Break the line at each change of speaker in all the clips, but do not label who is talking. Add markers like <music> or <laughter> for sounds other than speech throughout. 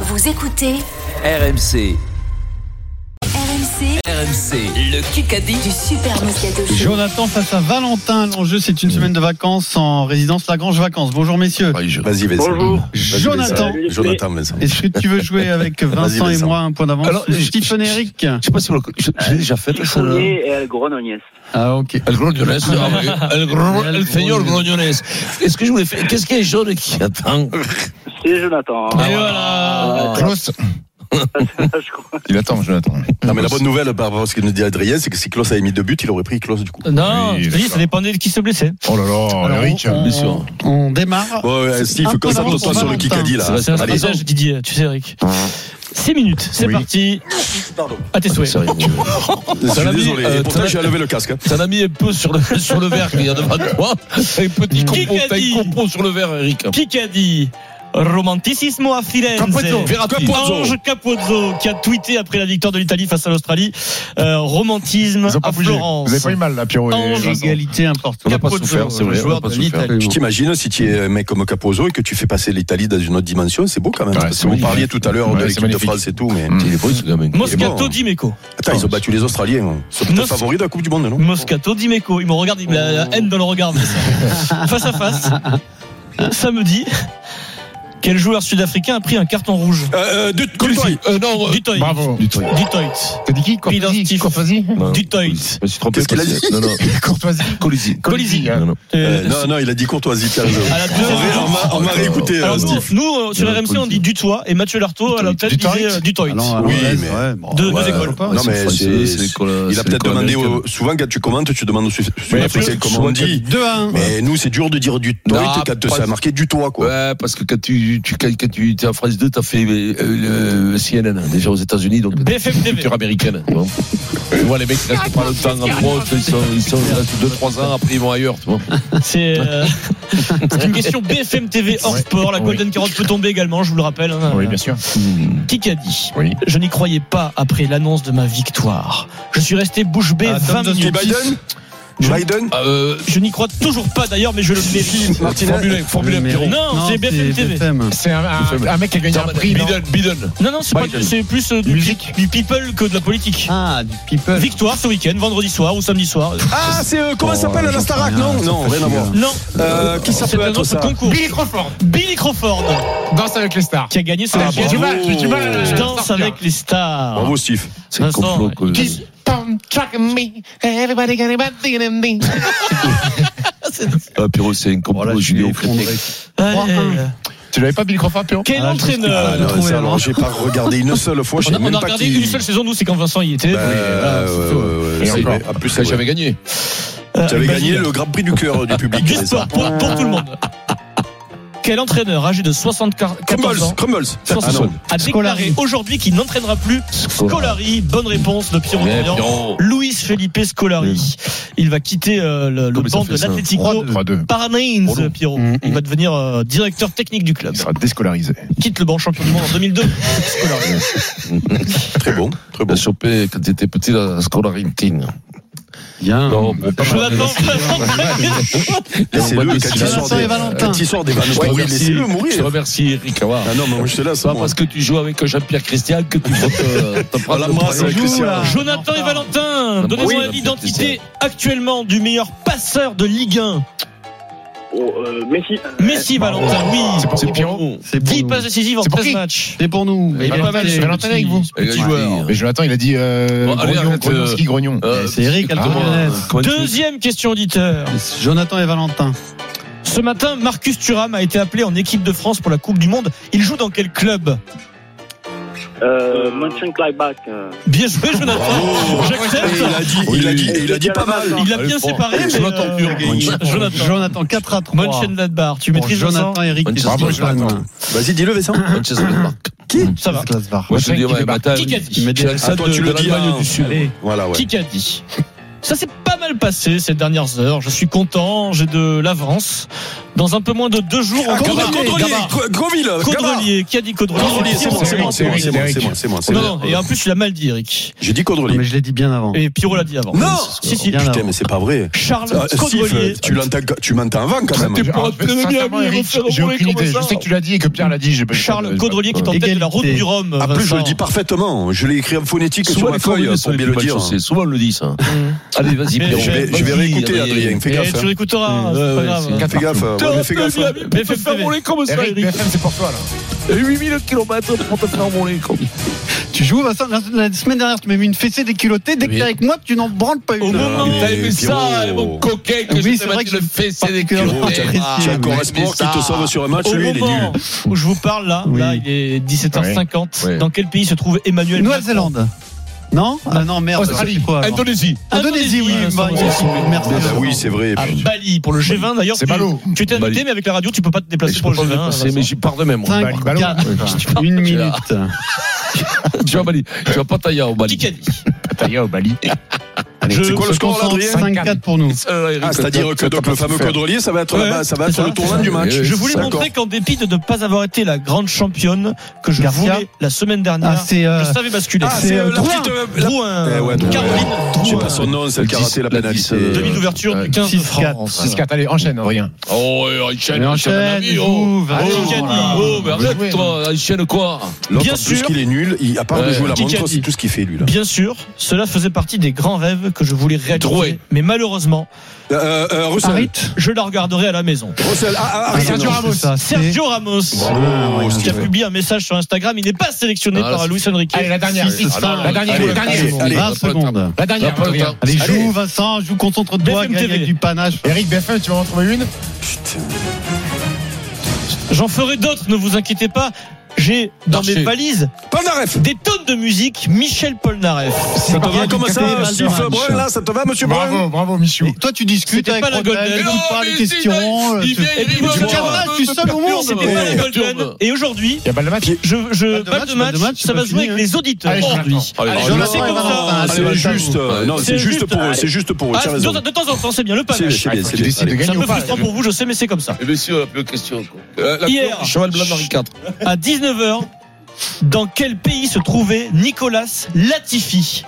Vous écoutez
RMC,
RMC,
RMC, le Kikadi.
du Super Moscato Show.
Jonathan face à Valentin. L'enjeu, c'est une semaine de vacances en résidence Lagrange Vacances. Bonjour, messieurs.
Ouais, je-
Vas-y, Vincent.
Bonjour.
Vas-y,
Jonathan,
Vincent. Jonathan, Vincent.
est-ce que tu veux jouer avec Vincent et
Vincent.
moi un point d'avance
Alors, je-
Stephen
je-
Eric.
Je sais pas si on l'a- hein. je- je l'ai déjà fait. celle-là.
Chiffonnier et El Grognonès.
Ah, ok.
El Grognones, ah oui, El Gro- El Señor Grognones. Est-ce que je voulais faire Qu'est-ce qu'il y a jaune qui attend Ah.
C'est Jonathan. Ah,
Et voilà Klaus,
Je crois.
il attend, Jonathan.
Non, mais la bonne nouvelle par rapport à ce que nous dit Adrien, c'est que si Klaus avait mis deux buts, il aurait pris Klaus du coup.
Non,
Oui,
je te dis, ça dépendait de qui se blessait.
Oh là là,
Alors, on,
bien sûr.
on démarre.
Bon, ouais, Steve,
Un peu d'avance
concentre-toi
pour
sur le
Valentin.
Kikadi là.
C'est un
Allez.
stratégie, Didier, euh, tu sais, Eric. 6 minutes, c'est
Oui.
parti.
Pardon.
À tes souhaits.
Sérieux.
Je suis
T'en as mis,
désolé.
euh,
Et pourtant,
t'en as-
j'ai levé le casque. hein.
T'en as mis un peu sur le, <laughs> sur le verre qu'il y a devant toi. T'as un petit
Qui
compo,
qu'a
t'as un
dit
compo sur le verre, Eric.
Qui qu'a dit Romanticismo a Firenze.
Verratti.
Ange Capozzo qui a tweeté après la victoire de l'Italie face à l'Australie euh, romantisme à Florence.
mal, là, Pierrot.
Ange
Égalité importante.
On n'a pas
Capozzo,
souffert, c'est
le
vrai. on n'a
joueur
pas
de
souffert.
l'Italie.
Tu t'imagines si tu es un mec comme Capozzo et que tu fais passer l'Italie dans une autre dimension, c'est beau quand même.
Ouais,
Parce
c'est
que vous
magnifique.
parliez tout à l'heure
Ouais,
de
c'est
l'équipe de
magnifique.
France et tout, mais
Il est beau, ce gamin.
Il est bon,
Moscato
hein.
Dimeco.
attends, ils ont battu les Australiens. hein. C'est peut-être favori de la Coupe du Monde, non
Moscato Dimeco. Il me regarde, il me la la haine dans le regard. mais
<laughs>
ça. face à face, samedi, quel joueur sud-africain a pris un carton rouge
Euh, euh, de- Colby.
Euh, non, euh,
Dutoit.
bravo. Du toit.
Dutoit.
T'as dit qui
Identif. Dutoit.
Je me suis trompé.
Qu'est-ce qu'il a dit
Non, non. <laughs> Courtoisie. Colisi.
Colisi.
Non, non.
Euh,
Euh,
Non, non, il a dit Courtoisie. tiens, je-
À la
On va- on va- On m'a réécouté,
Alors
euh,
nous,
Steve.
nous, euh, sur
Il y a
RMC,
la
on dit Dutoit et Mathieu Lartaud à la tête
Dutoit.
disait euh, Dutoit.
Alors,
Oui,
alors,
mais-
ouais, bon,
Deux-
ouais,
deux écoles.
pourquoi pas.
Non, mais
c'est
c'est-
français, c'est l'école-
Il
c'est
a peut-être
l'école
demandé
américaine.
au- souvent quand tu commentes, tu demandes au Sud-
après,
Sud-Africain comment on
souvent,
dit.
2 à 1.
Mais nous, c'est dur de dire du toit
Non,
quand
pas-
ça a marqué du toit, quoi.
Ouais, parce que quand tu, tu, quand quand tu es en France 2, t'as fait euh, euh, le CNN, déjà aux États-Unis, donc
BFM TV.
culture américaine. Tu vois, Tu vois, les mecs, ils restent pas longtemps en France, ils sont, ils sont, ils restent 2-3 ans, après ils vont ailleurs, tu vois.
C'est euh, <laughs> c'est une question BFM TV hors sport. La Golden Carotte peut tomber également, je vous le rappelle. hein.
sûr.
Qui qui a dit
Hmm. Oui.
Je n'y croyais pas après l'annonce de ma victoire. Je suis resté bouche bée
Ah, Tom
20
Dusty
Et
minutes.
Biden
Je-
Biden
Euh,
Je n'y crois toujours pas d'ailleurs, mais je le méfie.
Martinez.
Formule 1, Formule 1, Pierrot.
Non, c'est BFM TV.
BFM.
C'est un, un-
Faible.
un mec qui a gagné un prix. non
Biden, Biden.
Non, non, c'est pas-
Biden.
c'est plus euh, du,
Musique.
du people que de la politique.
Ah, du people.
Victoire ce week-end, vendredi soir ou samedi soir.
Ah, c'est euh,
Oh,
comment ça s'appelle la Starac
rien,
Non,
ça
non,
fait
rien à
chier.
voir.
hein.
Non,
Euh, qui ça
c'est
peut
un
être
autre
ça
concours.
Billy Crawford,
Billy Crawford
Danse avec les stars.
qui a gagné ce
J'ai du
week-end.
mal, j'ai du mal. à
Je
la
danse
sortir.
avec les stars.
Ah Bravo, Steve.
C'est un
Vincent,
complot. que-
Just don't track me. Everybody got a bad thing in me.
Ah, Pierrot, c'est un complot, Julien.
Ouais.
3-1. Tu l'avais pas Billy Crawford, Pierrot
Quel
Ah,
entraîneur
Ah, non, ça, alors, j'ai pas regardé une seule fois. Je
Euh, On
sais
a, on
même
a
pas
regardé
qui-
une seule Ah, saison, nous, c'est quand Vincent y était.
Bah, ouais, ouais, ouais,
Et
c'est
encore.
vrai. En plus,
Ça,
c'est
j'avais
vrai.
gagné.
Euh,
tu avais
bah,
gagné le Grand Prix du cœur du public.
Du
c'est
sport
ça
pour, pour tout le monde. <laughs> Quel entraîneur âgé de 74
Crumbles,
ans
Crumbles. Ah,
60
non.
a déclaré
Scolari.
aujourd'hui qu'il n'entraînera plus Scolari. Bonne réponse de Pierrot
Mais
Dorian.
Pierrot.
Luis Felipe Scolari. Il va quitter euh, le, le
Comment ça
banc
fait
de
ça Oh,
l'Atlético
3-2.
Paranaense,
Pardon.
Pierrot.
Mm,
Il va devenir euh, directeur technique du club.
déscolarisé.
Quitte le banc champion du monde en 2002.
Très bon, très
On
bon.
a chopé quand t'étais petit la scolarintine.
Bien.
Non, bon, pas mal.
Jonathan,
Laissez-le,
Bonne
quand
décision.
il sort
Jonathan et
des-
Valentin.
quand il sort des vannes
Je te
pourries,
remercie.
laissez-le
Je te
mourir.
remercie, Eric. au revoir.
Ah non, mais moi, je te laisse.
C'est pas
moi.
parce que tu joues avec Jean-Pierre Christian que tu euh, vas te, te
On
prendre le
l'embrasse,
bras.
Christian.
Jonathan et Valentin,
Oui.
donnez-moi l'identité actuellement du meilleur passeur de Ligue 1.
Oh, <laughs> euh, Messi.
Messi Valentin, oui.
C'est pour Pierrot.
C'est pour
10
nous.
passes décisives en
C'est pour
13
qui
matchs.
C'est pour nous.
Mais il est
Valentin,
pas mal,
c'est-
Valentin avec vous.
Et les joueurs.
Mais Jonathan, il a dit euh,
Bon, allez,
grognon,
arrête,
grognon,
euh,
ski, grognon.
Euh,
C'est Eric,
comment-
Altamiranes.
comment tu-
Deuxième question auditeur.
Jonathan et Valentin.
Ce matin, Marcus Thuram a été appelé en équipe de France pour la Coupe du Monde. Il joue dans quel club
Euh, Mönchengladbach. euh,
Bien joué, Jonathan.
Et il
J'accepte.
a dit, il a dit, il a dit pas mal.
Il a bien séparé. mais,
Jonathan
euh,
Turc.
Jonathan.
Jonathan 4 à 3.
Mönchengladbach. Tu
Pour
maîtrises Jonathan.
Jonathan Eric.
Manchester
Bravo,
United.
Jonathan.
Vas-y, dis-le, Vincent.
Manchester Park.
Ça va.
Glasvar.
Moi, je te dis,
Qui
ouais,
débarque
Matin,
Qui a dit
je suis à la
Ah,
salle
toi,
de-
tu
de
le dis,
l'Allemagne
hein.
du Sud.
Allez,
Voilà, ouais.
qui a dit Ça, c'est pas mal passé ces dernières heures. Je suis content, j'ai de l'avance. Dans un peu moins de deux jours, on
Gabar,
retrouve
Condrelier,
Gavard.
Gro- Groville, Gabar.
Caudrelier, qui a dit
Condrelier,
Caudrelier
c'est moi, c'est moi, c'est moi, c'est moi, c'est moi, c'est moi, c'est
Non,
moi.
non, et en plus, il a mal dit, Eric.
J'ai dit
Non,
Caudrelier.
mais je l'ai dit bien avant.
Et Pierrot l'a dit avant.
Non
Si, si.
Bien
Putain,
avant.
mais c'est pas vrai. Ah,
Charles Caudrelier.
Steve, tu l'entends, tu m'entends avant quand même.
T'es pas un très bien
Ah, Sincèrement,
ami,
Eric,
refaire
j'ai
rouler
aucune
comme
idée.
ça.
Je sais que tu l'as dit et que Pierre l'a dit. j'ai pas-
Charles Caudrelier qui est en tête de la route
Égalité.
du Rhum.
Ah, plus, je
Vincent.
le dis parfaitement. Je l'ai écrit en phonétique sur
Souvent,
ma
les fois,
feuille
on
pour
est
bien
les
le
plus
dire.
mal chaussés. Souvent, on hein. le dit, ça. Allez, vas-y,
Mais
Pierrot.
Je vais, je
Vas-y,
vais réécouter, Adrien. Fais
Et
gaffe.
tu
hein.
l'écouteras,
Ouais,
c'est pas
ouais,
grave.
c'est une
Fais gaffe.
T'es
ouais,
un
mais Fais
peu
gaffe. hein.
bien, mais
Mais
fais faire rouler
comme
Eric, BFM, c'est pour toi là.
8000 km pour te faire voler comme
Tu joues, Vincent, la, la semaine dernière, tu m'as mis une fessée déculottée. Dès que
Oui.
t'es avec moi, tu n'en branles pas
Au
une.
moment où
mais
T'as aimé
Pierrot.
ça, mon coquin, que je
Oui, c'est
t'ai
vrai
battu
que
le
je-
fessé des
Pierrot,
Pierrot,
culottes.
t'as-
Ah,
Tu as
mais
un
mais
correspondant
ça-
qui te sauve sur un match,
Au
lui, il est nul.
moment où je vous parle là,
Oui.
là il est 17h50.
Ouais.
Dans quel pays se trouve Emmanuel Macron
Nouvelle-Zélande. Non Ah non, merde.
Australie,
c'est quoi, alors
Indonésie.
Indonésie, oui.
Indonésie,
bah,
oui,
merci. Merci.
Ah oui, c'est vrai.
à Bali pour le G20 d'ailleurs.
C'est
tu-
ballot.
Tu étais invité
Bali.
mais avec la radio tu peux pas te
Mais
déplacer
je
pour
peux
le euh,
pas me déplacer,
G20.
mais j'y pars demain, moi.
Cinq,
Bali, ballon.
quatre, une minute.
Tu vas, Bali. Tu vas pas tailler au Bali.
Qui a dit
Taïa au
<laughs>
Bali.
Je-
C'est quoi le
Je
score, là,
concentre
Adrien
5-4 pour nous.
Euh, Eric,
Ah, c'est-à-dire que
t'as
donc,
pas
le
tout
fameux
fait.
Caudrelier, ça va être,
Ouais,
là-bas, ça va
c'est
être
ça,
le tournant
c'est
du
ça.
match.
Et
Je voulais
D'accord.
montrer qu'en dépit de ne pas avoir été la grande championne que je
Garcia.
voulais la semaine
Ah,
dernière,
c'est. euh,
je savais basculer.
Ah, c'est euh, la
Drouin.
petite. euh, la-
Drouin.
Eh ouais, Drouin.
Caroline
Je sais
Drouin.
pas son nom, c'est le karaté, la
La dix,
pénalité.
euh,
Demi d'ouverture
Ouais.
du 15 de
6-4.
France.
6-4, allez, enchaîne, rien.
Oh, et enchaîne,
Allez,
enchaîne,
enchaîne,
ami, oh.
joue,
Allez,
Vincent.
Kikadi.
Oh, mais
Bien
arrête,
joué,
toi, enchaîne quoi
L'autre,
Bien
en plus
sûr.
qu'il est nul, il- à part de
Ouais.
jouer la montre,
Kikadi.
c'est tout ce qu'il fait, lui, là.
Bien sûr, cela faisait partie des grands rêves que je voulais réaliser.
Drouet.
Mais malheureusement,
Euh, euh, Russell.
Harit.
je la regarderai à la maison.
Russell, ah, ah, Harit,
Ah,
non.
non, c'est ça, c'est-
Sergio Ramos,
Oh,
qui a
Steve.
publié un message sur Instagram, il n'est pas sélectionné
Ah, là,
par
c'est-
Luis Enrique.
Allez, la dernière.
Six,
Ah, non, La dernière,
allez,
la dernière.
allez,
20 secondes.
La dernière,
Allez,
Adrien.
Allez,
Allez.
joue, Vincent, joue, concentre-toi,
BFM
gagne
TV.
avec du panache.
Eric BFM, tu vas en trouver une
Putain.
J'en ferai d'autres, ne vous inquiétez pas. J'ai dans
Marché.
mes valises
Polnareff.
des tonnes de musique, Michel Polnareff.
Ça
Ça va comme ça,
Café,
Steve
Balzac.
Brun, là, ça te va, monsieur Brun
Bravo, bravo, Michou.
Et toi, tu discutes
C'était
avec
pas la
Rodel,
Golden.
tu
Non,
poses pas
mais
les
c'est dingue.
questions.
Il
tu-
vient,
Et
il
puis,
vient,
tu
il
regardes
vient,
là,
il
je suis
vient,
seul au
il
monde.
vient,
C'était
Eh,
pas la Golden.
Turbe.
Et aujourd'hui,
Il y a pas le match
je, je,
Pas
pas
de
de
match, pas
match,
de match, c'est
ça va
pas
se jouer
fini,
avec les auditeurs
Allez,
aujourd'hui.
Jonathan.
Allez,
Allez,
Jonathan,
c'est
et
comme
Valentin,
ça.
allez,
Ah,
c'est
C'est juste,
le
euh, non, c'est
C'est
juste
juste,
pour eux,
allez.
c'est juste pour eux,
Ah,
tu as
de,
raison.
de temps en temps, c'est bien le
C'est
panache.
c'est bien, c'est
Tu décides de
bien.
C'est un
gagner ou
peu
pas
frustrant pour vous, je sais, mais c'est comme ça.
Et monsieur, la plus question. quoi. Euh, la
Hier.
couleur
Ah,
du Cheval blanc d'Henri IV.
À 19h, dans quel pays se trouvait Nicolas Latifi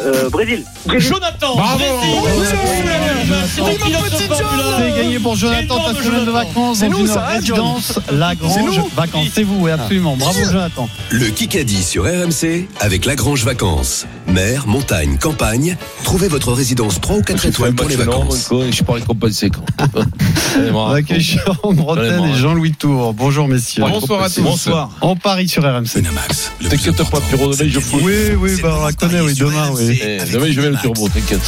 Euh, Brésil.
Jonathan
Bravo.
Brésil.
Bravo.
C'est un pilote de Formule un.
C'est gagné pour Jonathan
Énorme
ta semaine de
Jonathan.
vacances
C'est
dans
nous,
une
ça, hein,
résidence Lagrange
nous.
Vacances. C'est vous, oui, absolument. Bravo, Jonathan.
Le Kikadi sur RMC avec Lagrange Vacances. Mer, montagne, campagne, trouvez votre résidence 3 ou 4
J'ai fait un
étoiles pour les
match énorme,
vacances.
quoi, et je suis pas
<laughs>
récompensé. quoi. Eh, hein. Allez,
On
marre.
accueille Jérôme Bretagne et
Vraiment.
Jean-Louis Tour. Bonjour, messieurs.
Bonsoir à tous.
Bonsoir.
On parie sur RMC.
Winamax, le plus
T'inquiète pas,
important,
Pierrot,
c'est
demain, je
de
fous.
gagner.
Oui, oui,
C'est
bah,
de
on la connaît,
parier
oui,
sur
demain,
RMC
oui.
Eh,
avec
Demain, je vais le
Winamax.
turbo, t'inquiète.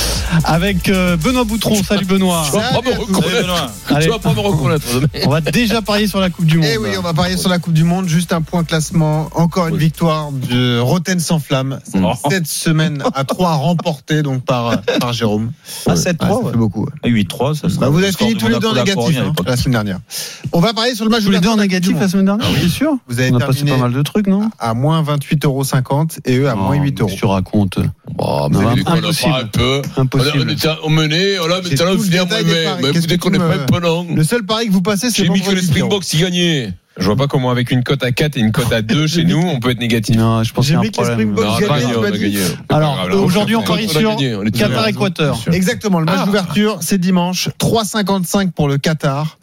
Avec euh, Benoît Boutron. Salut, Benoît.
Tu vas pas me reconnaître.
Allez,
Tu vas pas me reconnaître
<laughs>
demain.
on va déjà parier sur la Coupe du Monde.
Eh oui, on va parier sur la Coupe du Monde. Juste un point classement. Encore une
Oui.
victoire de Roten sans flamme.
Oh.
Cette semaine
<laughs>
à 3 remportée donc par, euh, par Jérôme.
Ah, 7-3,
ça
ouais.
fait beaucoup. ouais.
8-3, ça
Bah, vous avez fini tous les deux en négatif hein, la semaine dernière. On va parier sur le match
Tous
de
les
la
deux en
Coupe du
négatif
Monde.
la semaine
Ah
dernière, c'est sûr
Vous avez
On a passé
terminé
pas mal de trucs, non
à moins 28,50 euros et eux à moins 8 euros.
Tu racontes.
Oh, mais
Non,
vous déconnez
impossible.
pas un peu. On a- on
Impossible.
était au mené, oh on l'a
C'est
maintenant
tout
on
le
finit à
détail
moins
des
20.
paris.
Mais
Qu'est-ce
bah, vous
que
déconnez
tu
pas
me-
un peu, non
Le seul pari que vous passez, c'est
J'ai mis que les
vendredi, Pierrot.
Springboks y gagnaient.
Je vois pas comment, avec une cote à 4 et une cote à 2
<laughs>
chez nous, on peut être négatif.
Non, je pense qu'il y
J'ai
a un
mis que les
problème.
Springboks
Non,
gagnaient,
on a gagné, on
tu m'as
a
dit.
gagné.
Alors, aujourd'hui, on parie
on a
sur
gagné, on est toujours
Qatar,
raison.
Équateur.
Exactement, le match
Ah.
d'ouverture, c'est dimanche. 3,55 pour le Qatar,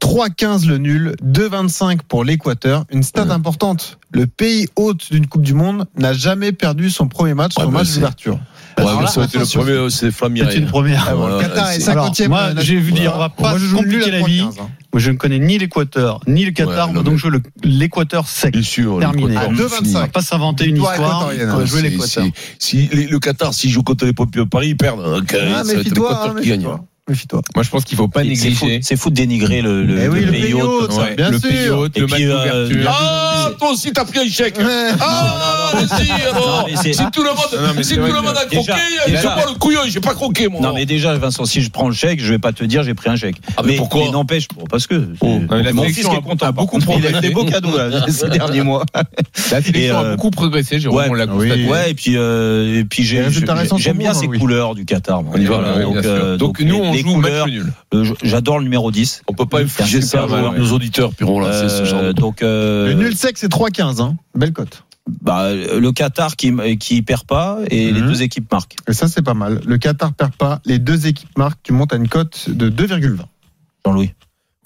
3,15 le nul, 2,25 pour l'Équateur. Une stat importante, le pays hôte d'une Coupe du Monde n'a jamais perdu son premier match,
Ouais,
son
mais
match
c'est-
d'ouverture.
Ouais,
Alors
mais
là,
ça, c'était le
attention.
premier, euh, c'est les flammes
C'est une
Mireille.
première.
Ah,
Ouais,
voilà,
le Qatar
c'est-
est 50e.
Alors, moi,
euh,
j'ai vu dire,
voilà.
on va
Moi,
pas
je
se
joue le nul
compliquer
à
la vie.
3,15, hein.
Moi, je ne connais ni l'Équateur, ni le Qatar.
Ouais,
on
non,
va
mais-
donc jouer le- l'Équateur sec.
Bien sûr.
Terminé.
l'Équateur,
À
fini.
deux 25.
On va pas s'inventer une
Victoire
histoire.
équatorienne.
On va jouer
Eh Si-
l'Équateur.
si- Si les- le Qatar, s'il joue contre les pompiers de Paris, ils perdent. Donc, euh,
Ah,
ça va être
méfie-toi, hein,
l'Équateur qui gagne. hein.
méfie-toi. Méfie-toi.
Moi, je pense qu'il faut pas négliger.
C'est fou de dénigrer le, le,
Eh oui,
le
le
pays
pays
hôte.
hôte,
Ouais,
bien
le
sûr.
pays hôte,
Et
le
puis,
match
euh,
d'ouverture.
Ah,
Ah, toi aussi, t'as pris un chèque.
Ouais.
Ah, vas-y,
Non,
alors.
mais c'est- ah,
Si tout le
Non, non,
monde,
mais
si
c'est
tout
vrai
le monde a
que-
croqué,
Déjà-
je
déjà-
bois le couillon, j'ai pas croqué, moi.
Non mais déjà Vincent si je prends le chèque je vais pas te dire j'ai pris un chèque.
Ah, mais pourquoi
mais n'empêche bon, parce que c'est-
Non, mais la
mon fils
sélection
qui
a-
est content
a
par
beaucoup
contre. il a eu
progressé.
des beaux cadeaux là, ces derniers mois.
La sélection
euh,
a beaucoup progressé, Jérôme,
ouais,
on l'a
oui.
constaté.
Ouais et puis euh, et puis j'ai-
Les résultats
j'ai-
récents sont
j'aime bien
bons,
ces
hein, oui.
couleurs du Qatar. moi.
On y va,
Voilà,
ouais, bien sûr.
euh,
donc, nous,
les-
on
les
joue
couleurs,
match nul.
euh, j- J'adore le numéro 10.
On peut pas infliger
C'est
ça
un super
à
joueur.
nos auditeurs, Pierrot, là. C'est ce genre
Euh,
de.
donc euh,
<laughs> Le nul sec, c'est 3-15. Hein. Belle cote.
bah, le Qatar qui qui perd pas et les
Mhm.
deux équipes marquent.
Et ça, c'est pas mal. Le Qatar perd pas. Les deux équipes marquent. Tu montes à une cote de 2,20.
Jean-Louis.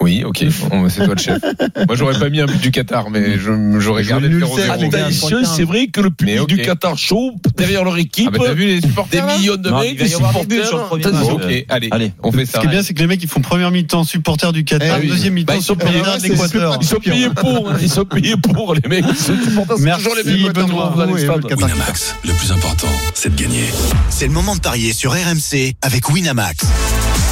Oui, ok, on- c'est toi le
<laughs>
chef. Moi, j'aurais pas mis un but du Qatar, mais je- j'aurais
Jouer
gardé
nul
le
sec, les
0-0.
gars.
Attention, c'est vrai que le public
Mais ok.
du Qatar chaud, derrière leur équipe,
Ah, bah, t'as vu les
des
supporters là
millions de
Non,
mecs,
il va
des
y avoir des buts sur le
supporters.
premier
Attention.
match.
Ok, allez,
Allez.
on fait
Ce
ça.
qui est bien, c'est que les mecs, ils font première mi-temps supporters du Qatar,
Eh oui.
deuxième
Bah,
mi-temps
ils sont
supporters
payés,
de
c'est
l'Équateur.
super-
Ils sont payés pour, hein. ils sont payés pour, les mecs. Ils sont supporters, c'est
Merci,
toujours les
Benoît.
mêmes Benoît, dans les
Oui,
stades.
le Qatar.
Winamax, le plus important, c'est de gagner.
C'est le moment de parier sur RMC avec Winamax.